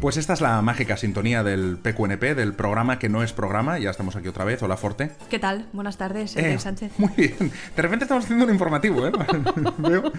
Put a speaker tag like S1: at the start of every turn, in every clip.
S1: Pues esta es la mágica sintonía del PQNP, del programa que no es programa. Ya estamos aquí otra vez. Hola, Forte.
S2: ¿Qué tal? Buenas tardes,
S1: Eh,
S2: Enrique Sánchez.
S1: Muy bien. De repente estamos haciendo un informativo, ¿eh? Veo.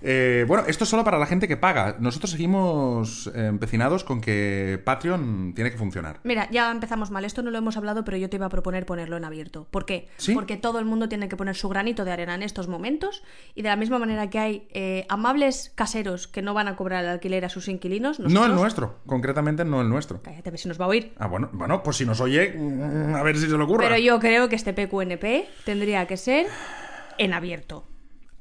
S1: Eh, bueno, esto es solo para la gente que paga. Nosotros seguimos eh, empecinados con que Patreon tiene que funcionar.
S2: Mira, ya empezamos mal. Esto no lo hemos hablado, pero yo te iba a proponer ponerlo en abierto. ¿Por qué?
S1: ¿Sí?
S2: Porque todo el mundo tiene que poner su granito de arena en estos momentos. Y de la misma manera que hay eh, amables caseros que no van a cobrar el alquiler a sus inquilinos,
S1: No
S2: nosotros-
S1: el nuestro, concretamente no el nuestro.
S2: Cállate, a ver si nos va a oír.
S1: Ah, bueno, bueno, pues si nos oye, mm, a ver si se le ocurre.
S2: Pero yo creo que este PQNP tendría que ser en abierto.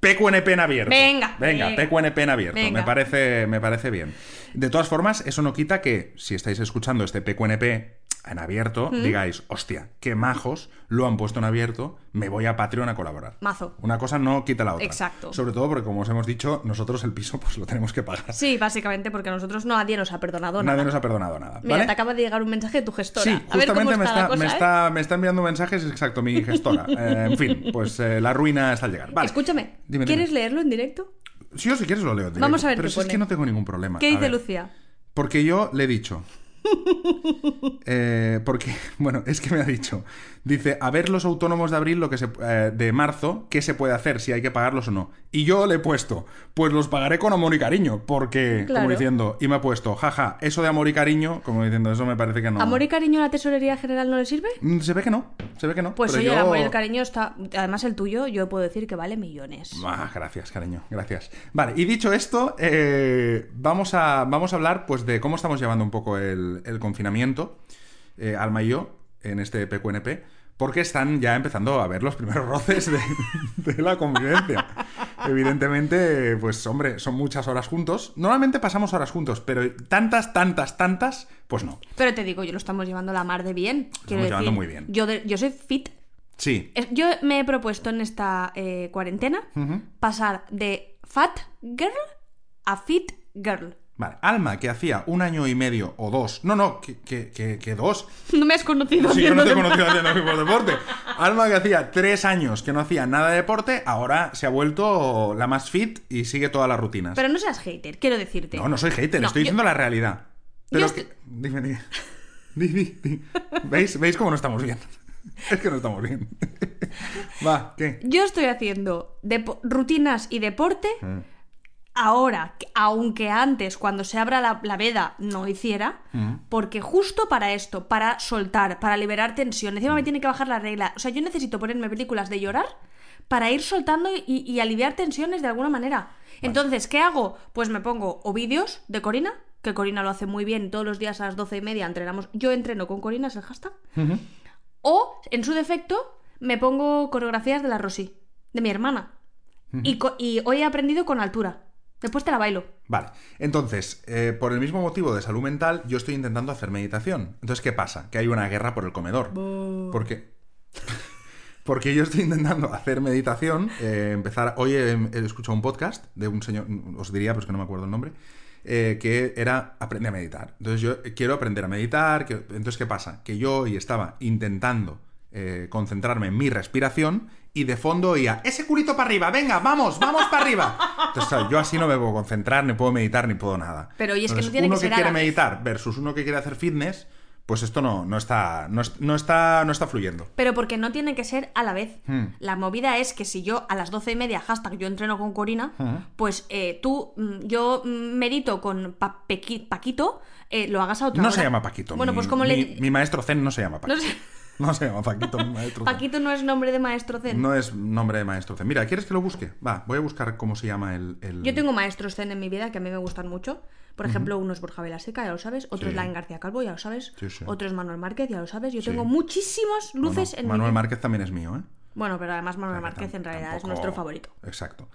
S1: PQNP en abierto.
S2: Venga,
S1: Venga,
S2: venga.
S1: PQNP en abierto.
S2: Venga.
S1: Me parece, me parece bien. De todas formas, eso no quita que si estáis escuchando este PQNP en abierto, digáis, hostia, qué majos, lo han puesto en abierto, me voy a Patreon a colaborar.
S2: Mazo.
S1: Una cosa no quita la otra.
S2: Exacto.
S1: Sobre todo porque, como os hemos dicho, nosotros el piso pues lo tenemos que pagar.
S2: Sí, básicamente porque a nosotros no, nadie nos ha perdonado
S1: Nadie
S2: nada.
S1: nos ha perdonado nada.
S2: Mira,
S1: ¿vale?
S2: te acaba de llegar un mensaje de tu gestora.
S1: Sí,
S2: a ver cómo
S1: justamente
S2: está
S1: me,
S2: la
S1: está,
S2: cosa,
S1: me,
S2: ¿eh?
S1: está, me está enviando mensajes, exacto, mi gestora. Eh, en fin, pues eh, la ruina está al llegar. Vale.
S2: Escúchame,
S1: Dime, dime.
S2: ¿quieres leerlo en directo?
S1: Sí, o si quieres lo leo. directo,
S2: Vamos a ver
S1: Pero
S2: qué
S1: si es
S2: pone.
S1: que no tengo ningún problema.
S2: ¿Qué
S1: A
S2: dice
S1: ver,
S2: Lucía?
S1: Porque yo le he dicho. Eh, porque, bueno, es que me ha dicho. Dice, a ver los autónomos de abril, lo que se, eh, de marzo, qué se puede hacer, si hay que pagarlos o no. Y yo le he puesto, pues los pagaré con amor y cariño, porque,
S2: Claro.
S1: como diciendo, y me ha puesto, jaja, eso de amor y cariño, como diciendo, eso me parece que no.
S2: ¿Amor y cariño a la tesorería general no le sirve?
S1: Mm, Se ve que no, se ve que no.
S2: Pues
S1: pero
S2: oye,
S1: yo...
S2: el amor y el cariño está. Además, el tuyo, yo puedo decir que vale millones.
S1: Ah, gracias, cariño, gracias. Vale, y dicho esto, eh, vamos, a, vamos a hablar pues de cómo estamos llevando un poco el, el confinamiento, eh, Alma y yo, en este PQNP, porque están ya empezando a ver los primeros roces de, de la convivencia. Evidentemente, pues hombre, son muchas horas juntos. Normalmente pasamos horas juntos, pero tantas, tantas, tantas, pues no.
S2: Pero te digo, yo lo estamos llevando la mar de bien. Quiero
S1: estamos llevando
S2: decir,
S1: muy bien.
S2: Yo, de- yo soy fit.
S1: Sí.
S2: Es- Yo me he propuesto en esta eh, cuarentena
S1: Ujú.
S2: pasar de fat girl a fit girl.
S1: Vale, Alma, que hacía un año y medio o dos, no, no, que- que- que, que dos,
S2: No me has conocido.
S1: Sí, yo no
S2: haciendo
S1: te he
S2: de-
S1: conocido haciendo ningún deporte. Alma que hacía tres años que no hacía nada de deporte, ahora se ha vuelto la más fit y sigue todas las rutinas.
S2: Pero no seas hater, quiero decirte.
S1: no, no soy hater,
S2: No,
S1: estoy
S2: yo-
S1: diciendo la realidad. Pero
S2: yo
S1: es que...
S2: estoy-
S1: Dime, dime. Di, di, di. ¿Veis? ¿Veis cómo no estamos bien? Es que no estamos bien. Va, ¿qué?
S2: Yo estoy haciendo depo- rutinas y deporte ahora, que- aunque antes, cuando se abra la, la veda, no hiciera, porque justo para esto, para soltar, para liberar tensión, encima me tiene que bajar la regla. O sea, yo necesito ponerme películas de llorar para ir soltando y, y aliviar tensiones de alguna manera. Entonces, ¿qué hago? Pues me pongo o vídeos de Corina, que Corina lo hace muy bien, todos los días a las doce y media entrenamos. Yo entreno con Corina, es el hashtag.
S1: Ujú.
S2: O, en su defecto, me pongo coreografías de la Rosy, de mi hermana. y, co- y hoy he aprendido con altura. Después te la bailo.
S1: Vale, entonces, eh, por el mismo motivo de salud mental, yo estoy intentando hacer meditación. Entonces, ¿qué pasa? Que hay una guerra por el comedor. Porque. Porque yo estoy intentando hacer meditación, eh, empezar... Hoy he, he escuchado un podcast de un señor, os diría, pero es que no me acuerdo el nombre, eh, que era Aprende a meditar. Entonces yo eh, quiero aprender a meditar, que- entonces ¿qué pasa? Que yo hoy estaba intentando eh, concentrarme en mi respiración y de fondo oía, ese culito para arriba, venga, vamos, vamos para arriba. Entonces claro, yo así no me puedo concentrar, ni puedo meditar, ni puedo nada.
S2: Pero, y es que no
S1: Entonces,
S2: tiene que
S1: uno
S2: ser a
S1: quiere
S2: la vez.
S1: meditar versus uno que quiere hacer fitness, pues esto no, no, está, no, es- no está, no está fluyendo.
S2: Pero porque no tiene que ser a la vez.
S1: Hmm.
S2: La movida es que si yo a las doce y media, hashtag yo entreno con Corina,
S1: Hmm.
S2: pues eh, tú, mm, yo mm, medito con Pa- Pequi- Paquito, eh, lo hagas a otra
S1: No
S2: hora.
S1: se llama Paquito.
S2: Bueno,
S1: mi,
S2: pues como
S1: mi,
S2: le...
S1: mi maestro Zen no se llama Paquito.
S2: No sé.
S1: No se llama Paquito, mi maestro Zen.
S2: Paquito no es nombre de maestro zen.
S1: No es nombre de maestro Zen. Mira, ¿quieres que lo busque? Va, voy a buscar cómo se llama el. el-
S2: Yo tengo maestros zen en mi vida que a mí me gustan mucho. Por ejemplo, uno es Borja Velaseca, ya lo sabes. Otro
S1: Sí.
S2: es Lain García Calvo, ya lo sabes.
S1: Sí, sí.
S2: Otro es Manuel Márquez, ya lo sabes. Yo
S1: Sí.
S2: tengo muchísimas
S1: No, no,
S2: luces en
S1: Manuel
S2: mi vida.
S1: Márquez también es mío, ¿eh?
S2: Bueno, pero además Manuel
S1: O sea, que
S2: Márquez en
S1: tam-
S2: realidad es
S1: tampoco-
S2: nuestro favorito.
S1: Exacto.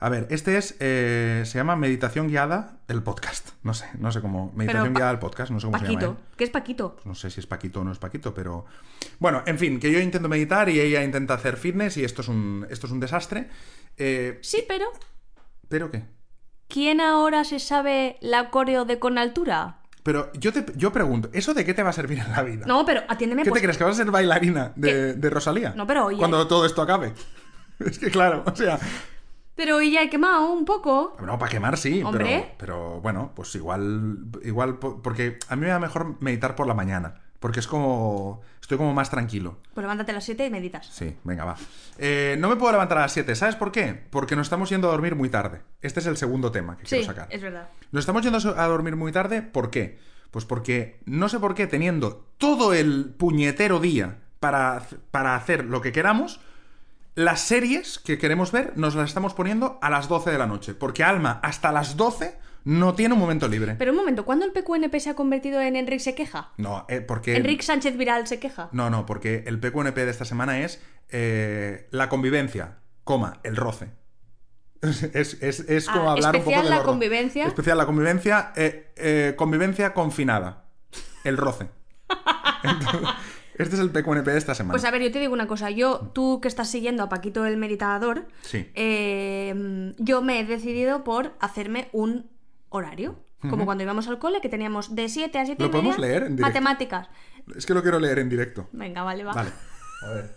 S1: A ver, este es. eh, se llama Meditación Guiada, el podcast. No sé, no sé cómo. Meditación
S2: Pa-
S1: Guiada, el podcast, no sé cómo se
S2: Paquito.
S1: llama. ¿eh?
S2: ¿Qué es Paquito?
S1: No sé si es Paquito o no es Paquito, pero. Bueno, en fin, que yo intento meditar y ella intenta hacer fitness y esto es un, esto es un desastre. Eh,
S2: Sí, pero
S1: ¿Pero qué?
S2: ¿quién ahora se sabe la coreo de con altura?
S1: Pero yo, te, yo pregunto, ¿eso de qué te va a servir en la vida?
S2: No, pero atiéndeme
S1: ¿Qué
S2: pues,
S1: te crees? ¿Que vas a ser bailarina de, de Rosalía?
S2: No, pero oye.
S1: Cuando todo esto acabe. es que claro, o sea,
S2: Pero hoy ya he quemado un poco.
S1: No, para quemar sí,
S2: Hombre.
S1: pero, pero bueno, pues igual, igual, po- porque a mí me da mejor meditar por la mañana, porque es como, estoy como más tranquilo.
S2: Pues levántate a las 7 y meditas.
S1: Sí, venga, va. Eh, no me puedo levantar a las 7, ¿sabes por qué? Porque nos estamos yendo a dormir muy tarde. Este es el segundo tema que
S2: Sí,
S1: quiero sacar.
S2: es verdad.
S1: Nos estamos yendo a dormir muy tarde, ¿por qué? Pues porque, no sé por qué, teniendo todo el puñetero día para, para hacer lo que queramos, las series que queremos ver nos las estamos poniendo a las 12 de la noche. Porque Alma, hasta las 12 no tiene un momento libre.
S2: Pero un momento, ¿cuándo el PQNP se ha convertido en Enric se queja?
S1: No, eh, porque...
S2: Enric Sánchez Viral se queja.
S1: No, no, porque el PQNP de esta semana es eh, la convivencia, coma, el roce. Es, es- es como
S2: Ah,
S1: hablar un
S2: especial
S1: poco de
S2: la
S1: lo ro-
S2: convivencia.
S1: Especial la convivencia, eh, eh, convivencia confinada, el roce. Entonces, este es el PQNP de esta semana.
S2: Pues a ver, yo te digo una cosa. Yo, tú que estás siguiendo a Paquito el Meditador,
S1: Sí.
S2: eh, yo me he decidido por hacerme un horario. Como cuando íbamos al cole, que teníamos de 7 a 7
S1: ¿Lo podemos leer en directo?
S2: Matemáticas.
S1: Es que lo quiero leer en directo.
S2: Venga, vale, va.
S1: Vale, a ver.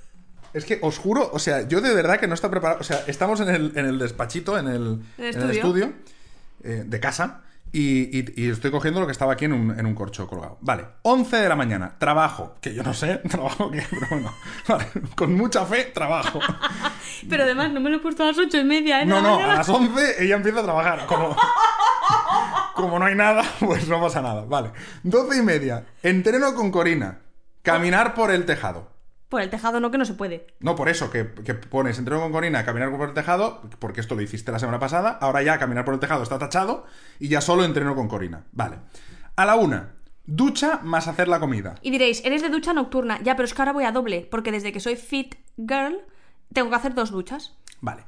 S1: Es que os juro, o sea, yo de verdad que no está preparado. O sea, estamos en el, en el despachito, en el,
S2: El
S1: en el
S2: estudio.
S1: estudio eh, de casa. Y, y- y estoy cogiendo lo que estaba aquí en un, en un corcho colgado. Vale, 11 de la mañana, trabajo. Que yo no sé, trabajo que, pero bueno. Vale, con mucha fe, trabajo.
S2: Pero además no me lo he puesto a las 8 y media, ¿eh?
S1: No,
S2: De la
S1: no,
S2: mañana.
S1: a las 11 ella empieza a trabajar. Como, como no hay nada, pues no pasa nada. Vale, 12 y media, entreno con Corina, caminar por el tejado.
S2: Por el tejado no, que no se puede.
S1: No, por eso, que, que pones entreno con Corina a caminar por el tejado, porque esto lo hiciste la semana pasada, ahora ya caminar por el tejado está tachado y ya solo entreno con Corina. Vale. A la una, ducha más hacer la comida.
S2: Y diréis, eres de ducha nocturna. Ya, pero es que ahora voy a doble, porque desde que soy fit girl, tengo que hacer dos duchas.
S1: Vale.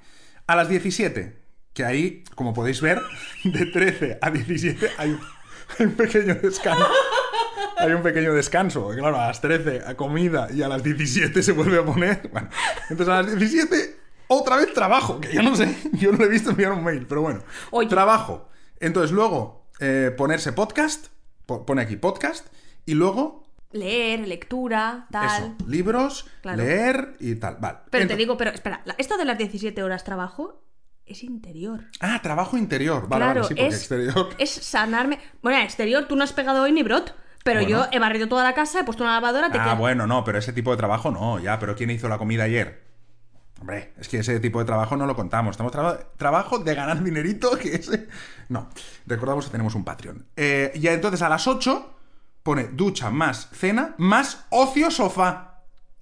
S1: A las 17, que ahí, como podéis ver, de 13 a 17 hay, un- hay un pequeño descanso. Hay un pequeño descanso. Y Claro, a las 13 a comida y a las 17 se vuelve a poner. Bueno, entonces a las 17 otra vez trabajo, que yo no sé, yo no le he visto enviar un mail, pero bueno.
S2: Oye.
S1: Trabajo. Entonces luego eh, ponerse podcast, po- pone aquí podcast, y luego
S2: Leer, lectura, tal.
S1: eso, libros,
S2: Claro.
S1: leer y tal. Vale.
S2: Pero
S1: Ento-
S2: te digo, pero espera, la- esto de las 17 horas trabajo es interior.
S1: Ah, trabajo interior. Vale,
S2: claro,
S1: vale, sí, porque
S2: es,
S1: exterior.
S2: es sanarme. Bueno, exterior tú no has pegado hoy ni brot, pero yo
S1: Bueno.
S2: he barrido toda la casa, he puesto una lavadora, te
S1: Ah,
S2: queda-
S1: bueno, no, pero ese tipo de trabajo no, ya, pero ¿quién hizo la comida ayer? Hombre, es que ese tipo de trabajo no lo contamos. Estamos traba- trabajo de ganar dinerito, que ese. No, recordamos que tenemos un Patreon. Eh, y entonces a las 8 pone ducha más cena más ocio sofá.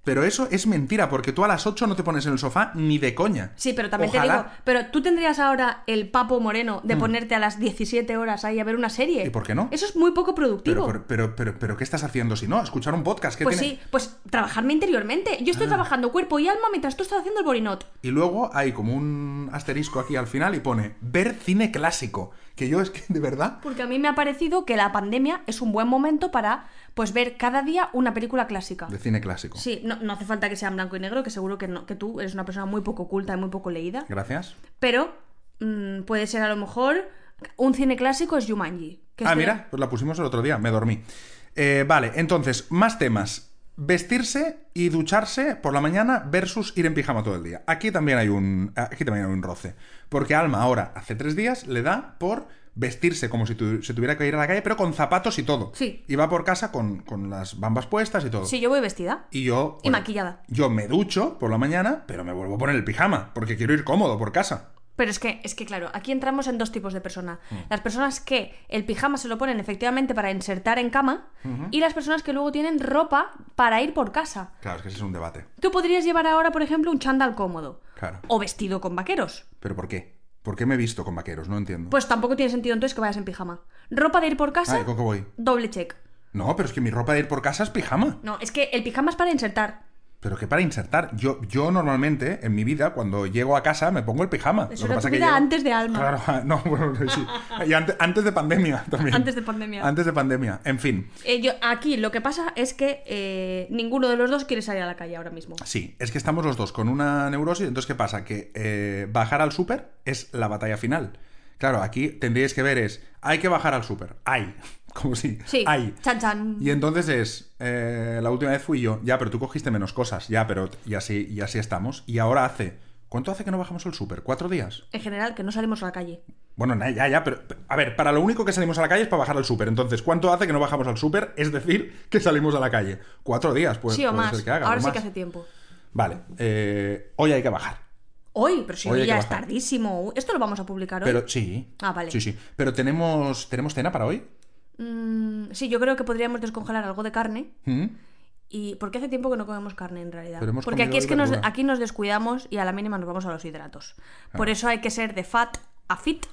S1: Pero eso es mentira, porque tú a las 8 no te pones en el sofá ni de coña.
S2: Sí, pero también
S1: Ojalá. Mm.
S2: te digo, pero tú tendrías ahora el papo moreno de ponerte a las 17 horas ahí a ver una serie.
S1: ¿Y por qué no?
S2: Eso es muy poco productivo.
S1: Pero, pero, pero, pero, pero ¿qué estás haciendo si no? ¿Escuchar un podcast? ¿Qué
S2: pues
S1: tiene? Ah.
S2: sí, pues trabajarme interiormente. Yo estoy trabajando cuerpo y alma mientras tú estás haciendo el borinot.
S1: Y luego hay como un asterisco aquí al final y pone ver cine clásico. Que yo es que, de verdad,
S2: Porque a mí me ha parecido que la pandemia es un buen momento para pues ver cada día una película clásica.
S1: de cine clásico.
S2: Sí, no, no hace falta que sea en blanco y negro, que seguro que, no, que tú eres una persona muy poco culta y muy poco leída.
S1: Gracias.
S2: Pero mm, puede ser a lo mejor un cine clásico es Jumanji. que es
S1: Ah,
S2: de-
S1: mira, pues la pusimos el otro día, me dormí. Eh, vale, entonces, más temas. Vestirse y ducharse por la mañana versus ir en pijama todo el día. Aquí también hay un, aquí también hay un roce. Porque Alma ahora, hace tres días, le da por vestirse como si tu- se tuviera que ir a la calle, pero con zapatos y todo.
S2: Sí.
S1: Y va por casa con, con las bambas puestas y todo.
S2: Sí, yo voy vestida.
S1: Y yo.
S2: Y maquillada.
S1: Yo me ducho por la mañana, pero me vuelvo a poner el pijama, porque quiero ir cómodo por casa.
S2: Pero es que, es que claro, aquí entramos en dos tipos de personas.
S1: Mm.
S2: Las personas que el pijama se lo ponen efectivamente para insertar en cama y las personas que luego tienen ropa para ir por casa.
S1: Claro, es que ese es un debate.
S2: Tú podrías llevar ahora, por ejemplo, un chándal cómodo.
S1: Claro.
S2: O vestido con vaqueros.
S1: ¿Pero por qué? ¿Por qué me he visto con vaqueros? No entiendo.
S2: Pues tampoco tiene sentido entonces que vayas en pijama. Ropa de ir por casa,
S1: Ay, ¿con qué voy?
S2: doble check.
S1: No, pero es que mi ropa de ir por casa es pijama.
S2: No, es que el pijama es para insertar.
S1: Pero que para insertar. Yo, yo normalmente, en mi vida, cuando llego a casa, me pongo el pijama.
S2: Eso
S1: Lo que
S2: era
S1: pasa
S2: tu
S1: que
S2: vida
S1: llego-
S2: antes de Alma.
S1: Claro, no, bueno, sí. Y ante- antes, de pandemia también.
S2: Antes de pandemia.
S1: Antes de pandemia. En fin.
S2: Eh, yo- aquí lo que pasa es que eh, ninguno de los dos quiere salir a la calle ahora mismo.
S1: Sí, es que estamos los dos con una neurosis, entonces ¿qué pasa? Que eh, bajar al súper es la batalla final. Claro, aquí tendríais que ver es, hay que bajar al súper, hay, como si,
S2: Sí.
S1: hay.
S2: Chan chan.
S1: Y entonces es, eh, la última vez fui yo, ya, pero tú cogiste menos cosas, ya, pero t- y así, y así estamos. Y ahora hace, con ¿Cuánto hace que no bajamos al súper? ¿Cuatro días?
S2: En general, que no salimos a la calle.
S1: Bueno, na- ya, ya, pero. A ver, para lo único que salimos a la calle es para bajar al súper. Entonces, ¿cuánto hace que no bajamos al súper? Es decir, que salimos a la calle. Cuatro días, pues.
S2: sí o
S1: puede
S2: más.
S1: ser que haga, o
S2: Ahora sí
S1: más.
S2: que hace tiempo.
S1: Vale, eh, hoy hay que bajar.
S2: Hoy, pero si
S1: Hoy hay
S2: ya
S1: que
S2: es
S1: bajar.
S2: tardísimo. Esto lo vamos a publicar hoy.
S1: Pero sí.
S2: Ah, vale.
S1: Sí, sí. Pero tenemos, ¿tenemos cena para hoy?
S2: Mm, sí, yo creo que podríamos descongelar algo de carne.
S1: ¿Mm?
S2: Y porque hace tiempo que no comemos carne en realidad.
S1: Pero hemos
S2: Porque aquí
S1: comido
S2: es
S1: hoy
S2: que nos,
S1: verdura. Ah.
S2: aquí nos descuidamos y a la mínima nos vamos a los hidratos. Por eso hay que ser de fat a fit.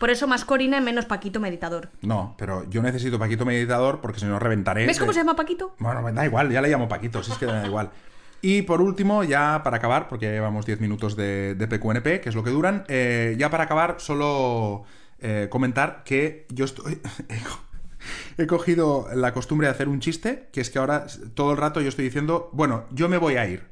S2: Por eso más Corina y menos Paquito meditador.
S1: No, pero yo necesito Paquito meditador porque si no reventaré.
S2: ¿Ves cómo
S1: Eh,
S2: se llama Paquito?
S1: Bueno, me da igual, ya le llamo Paquito, si es que me da igual. Y por último, ya para acabar, porque ya llevamos 10 minutos de, de PQNP, que es lo que duran, eh, ya para acabar, solo eh, comentar que yo estoy... he co- He cogido la costumbre de hacer un chiste, que es que ahora s- todo el rato yo estoy diciendo, bueno, yo me voy a ir,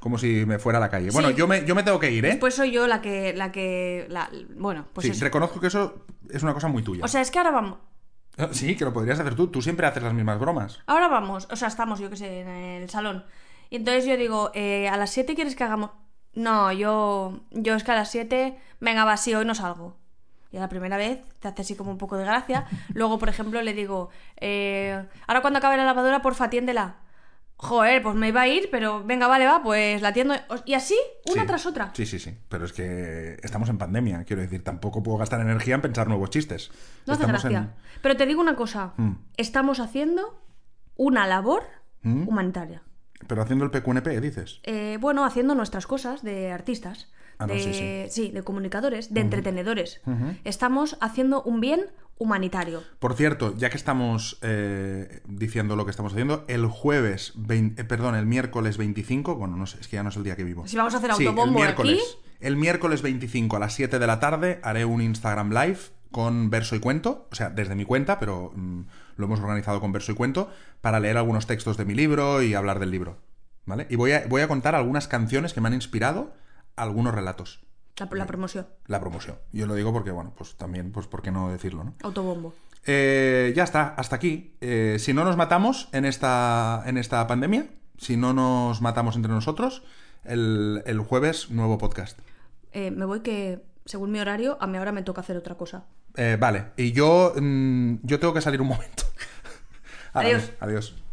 S1: como si me fuera a la calle. Bueno,
S2: Sí.
S1: yo, me, yo me tengo que ir, ¿eh?
S2: Pues soy yo la que. La que la- bueno, pues
S1: sí,
S2: eso.
S1: reconozco que eso es una cosa muy tuya.
S2: O sea, es que ahora vamos.
S1: sí, que lo podrías hacer tú, tú siempre haces las mismas bromas.
S2: Ahora vamos. O sea, estamos, yo qué sé, en el salón. Y entonces yo digo, eh, ¿a las 7 quieres que hagamos.? No, yo. Yo es que a las 7. Venga, va, sí, hoy no salgo. Y a la primera vez te hace así como un poco de gracia. Luego, por ejemplo, le digo, eh, ahora cuando acabe la lavadora, porfa, atiéndela. Joder, pues me iba a ir, pero venga, vale, va, pues la atiendo. Y así, una
S1: Sí.
S2: tras otra.
S1: Sí, sí, sí. Pero es que estamos en pandemia, quiero decir, tampoco puedo gastar energía en pensar nuevos chistes.
S2: No hace
S1: Estamos
S2: gracia. Pero te digo una cosa. Estamos haciendo una labor
S1: ¿Mm?
S2: humanitaria.
S1: en- Pero haciendo el PQNP, dices.
S2: Eh, bueno, haciendo nuestras cosas de artistas.
S1: Ah, no,
S2: de,
S1: sí, sí.
S2: de comunicadores, de entretenedores. Estamos haciendo un bien humanitario.
S1: Por cierto, ya que estamos eh, diciendo lo que estamos haciendo, el jueves, vein- eh, perdón, el miércoles 25, bueno, no sé, es que ya no es el día que vivo.
S2: Si vamos a hacer
S1: Sí, el
S2: autobombo
S1: miércoles.
S2: aquí.
S1: El miércoles 25 a las 7 de la tarde haré un Instagram Live con verso y cuento, o sea, desde mi cuenta, pero mm, lo hemos organizado con verso y cuento, para leer algunos textos de mi libro y hablar del libro. ¿Vale? Y voy a, voy a contar algunas canciones que me han inspirado, algunos relatos.
S2: La, la promoción.
S1: La promoción. Yo lo digo porque, bueno, pues también, pues, ¿por qué no decirlo, no?
S2: Autobombo.
S1: Eh, ya está, hasta aquí. Eh, si no nos matamos en esta, en esta pandemia, si no nos matamos entre nosotros, el, el jueves nuevo podcast.
S2: Eh, me voy que, según mi horario, a mí ahora me toca hacer otra cosa.
S1: Eh, vale, y yo, mm, yo tengo que salir un momento. Ahora
S2: Adiós.
S1: mismo. Adiós.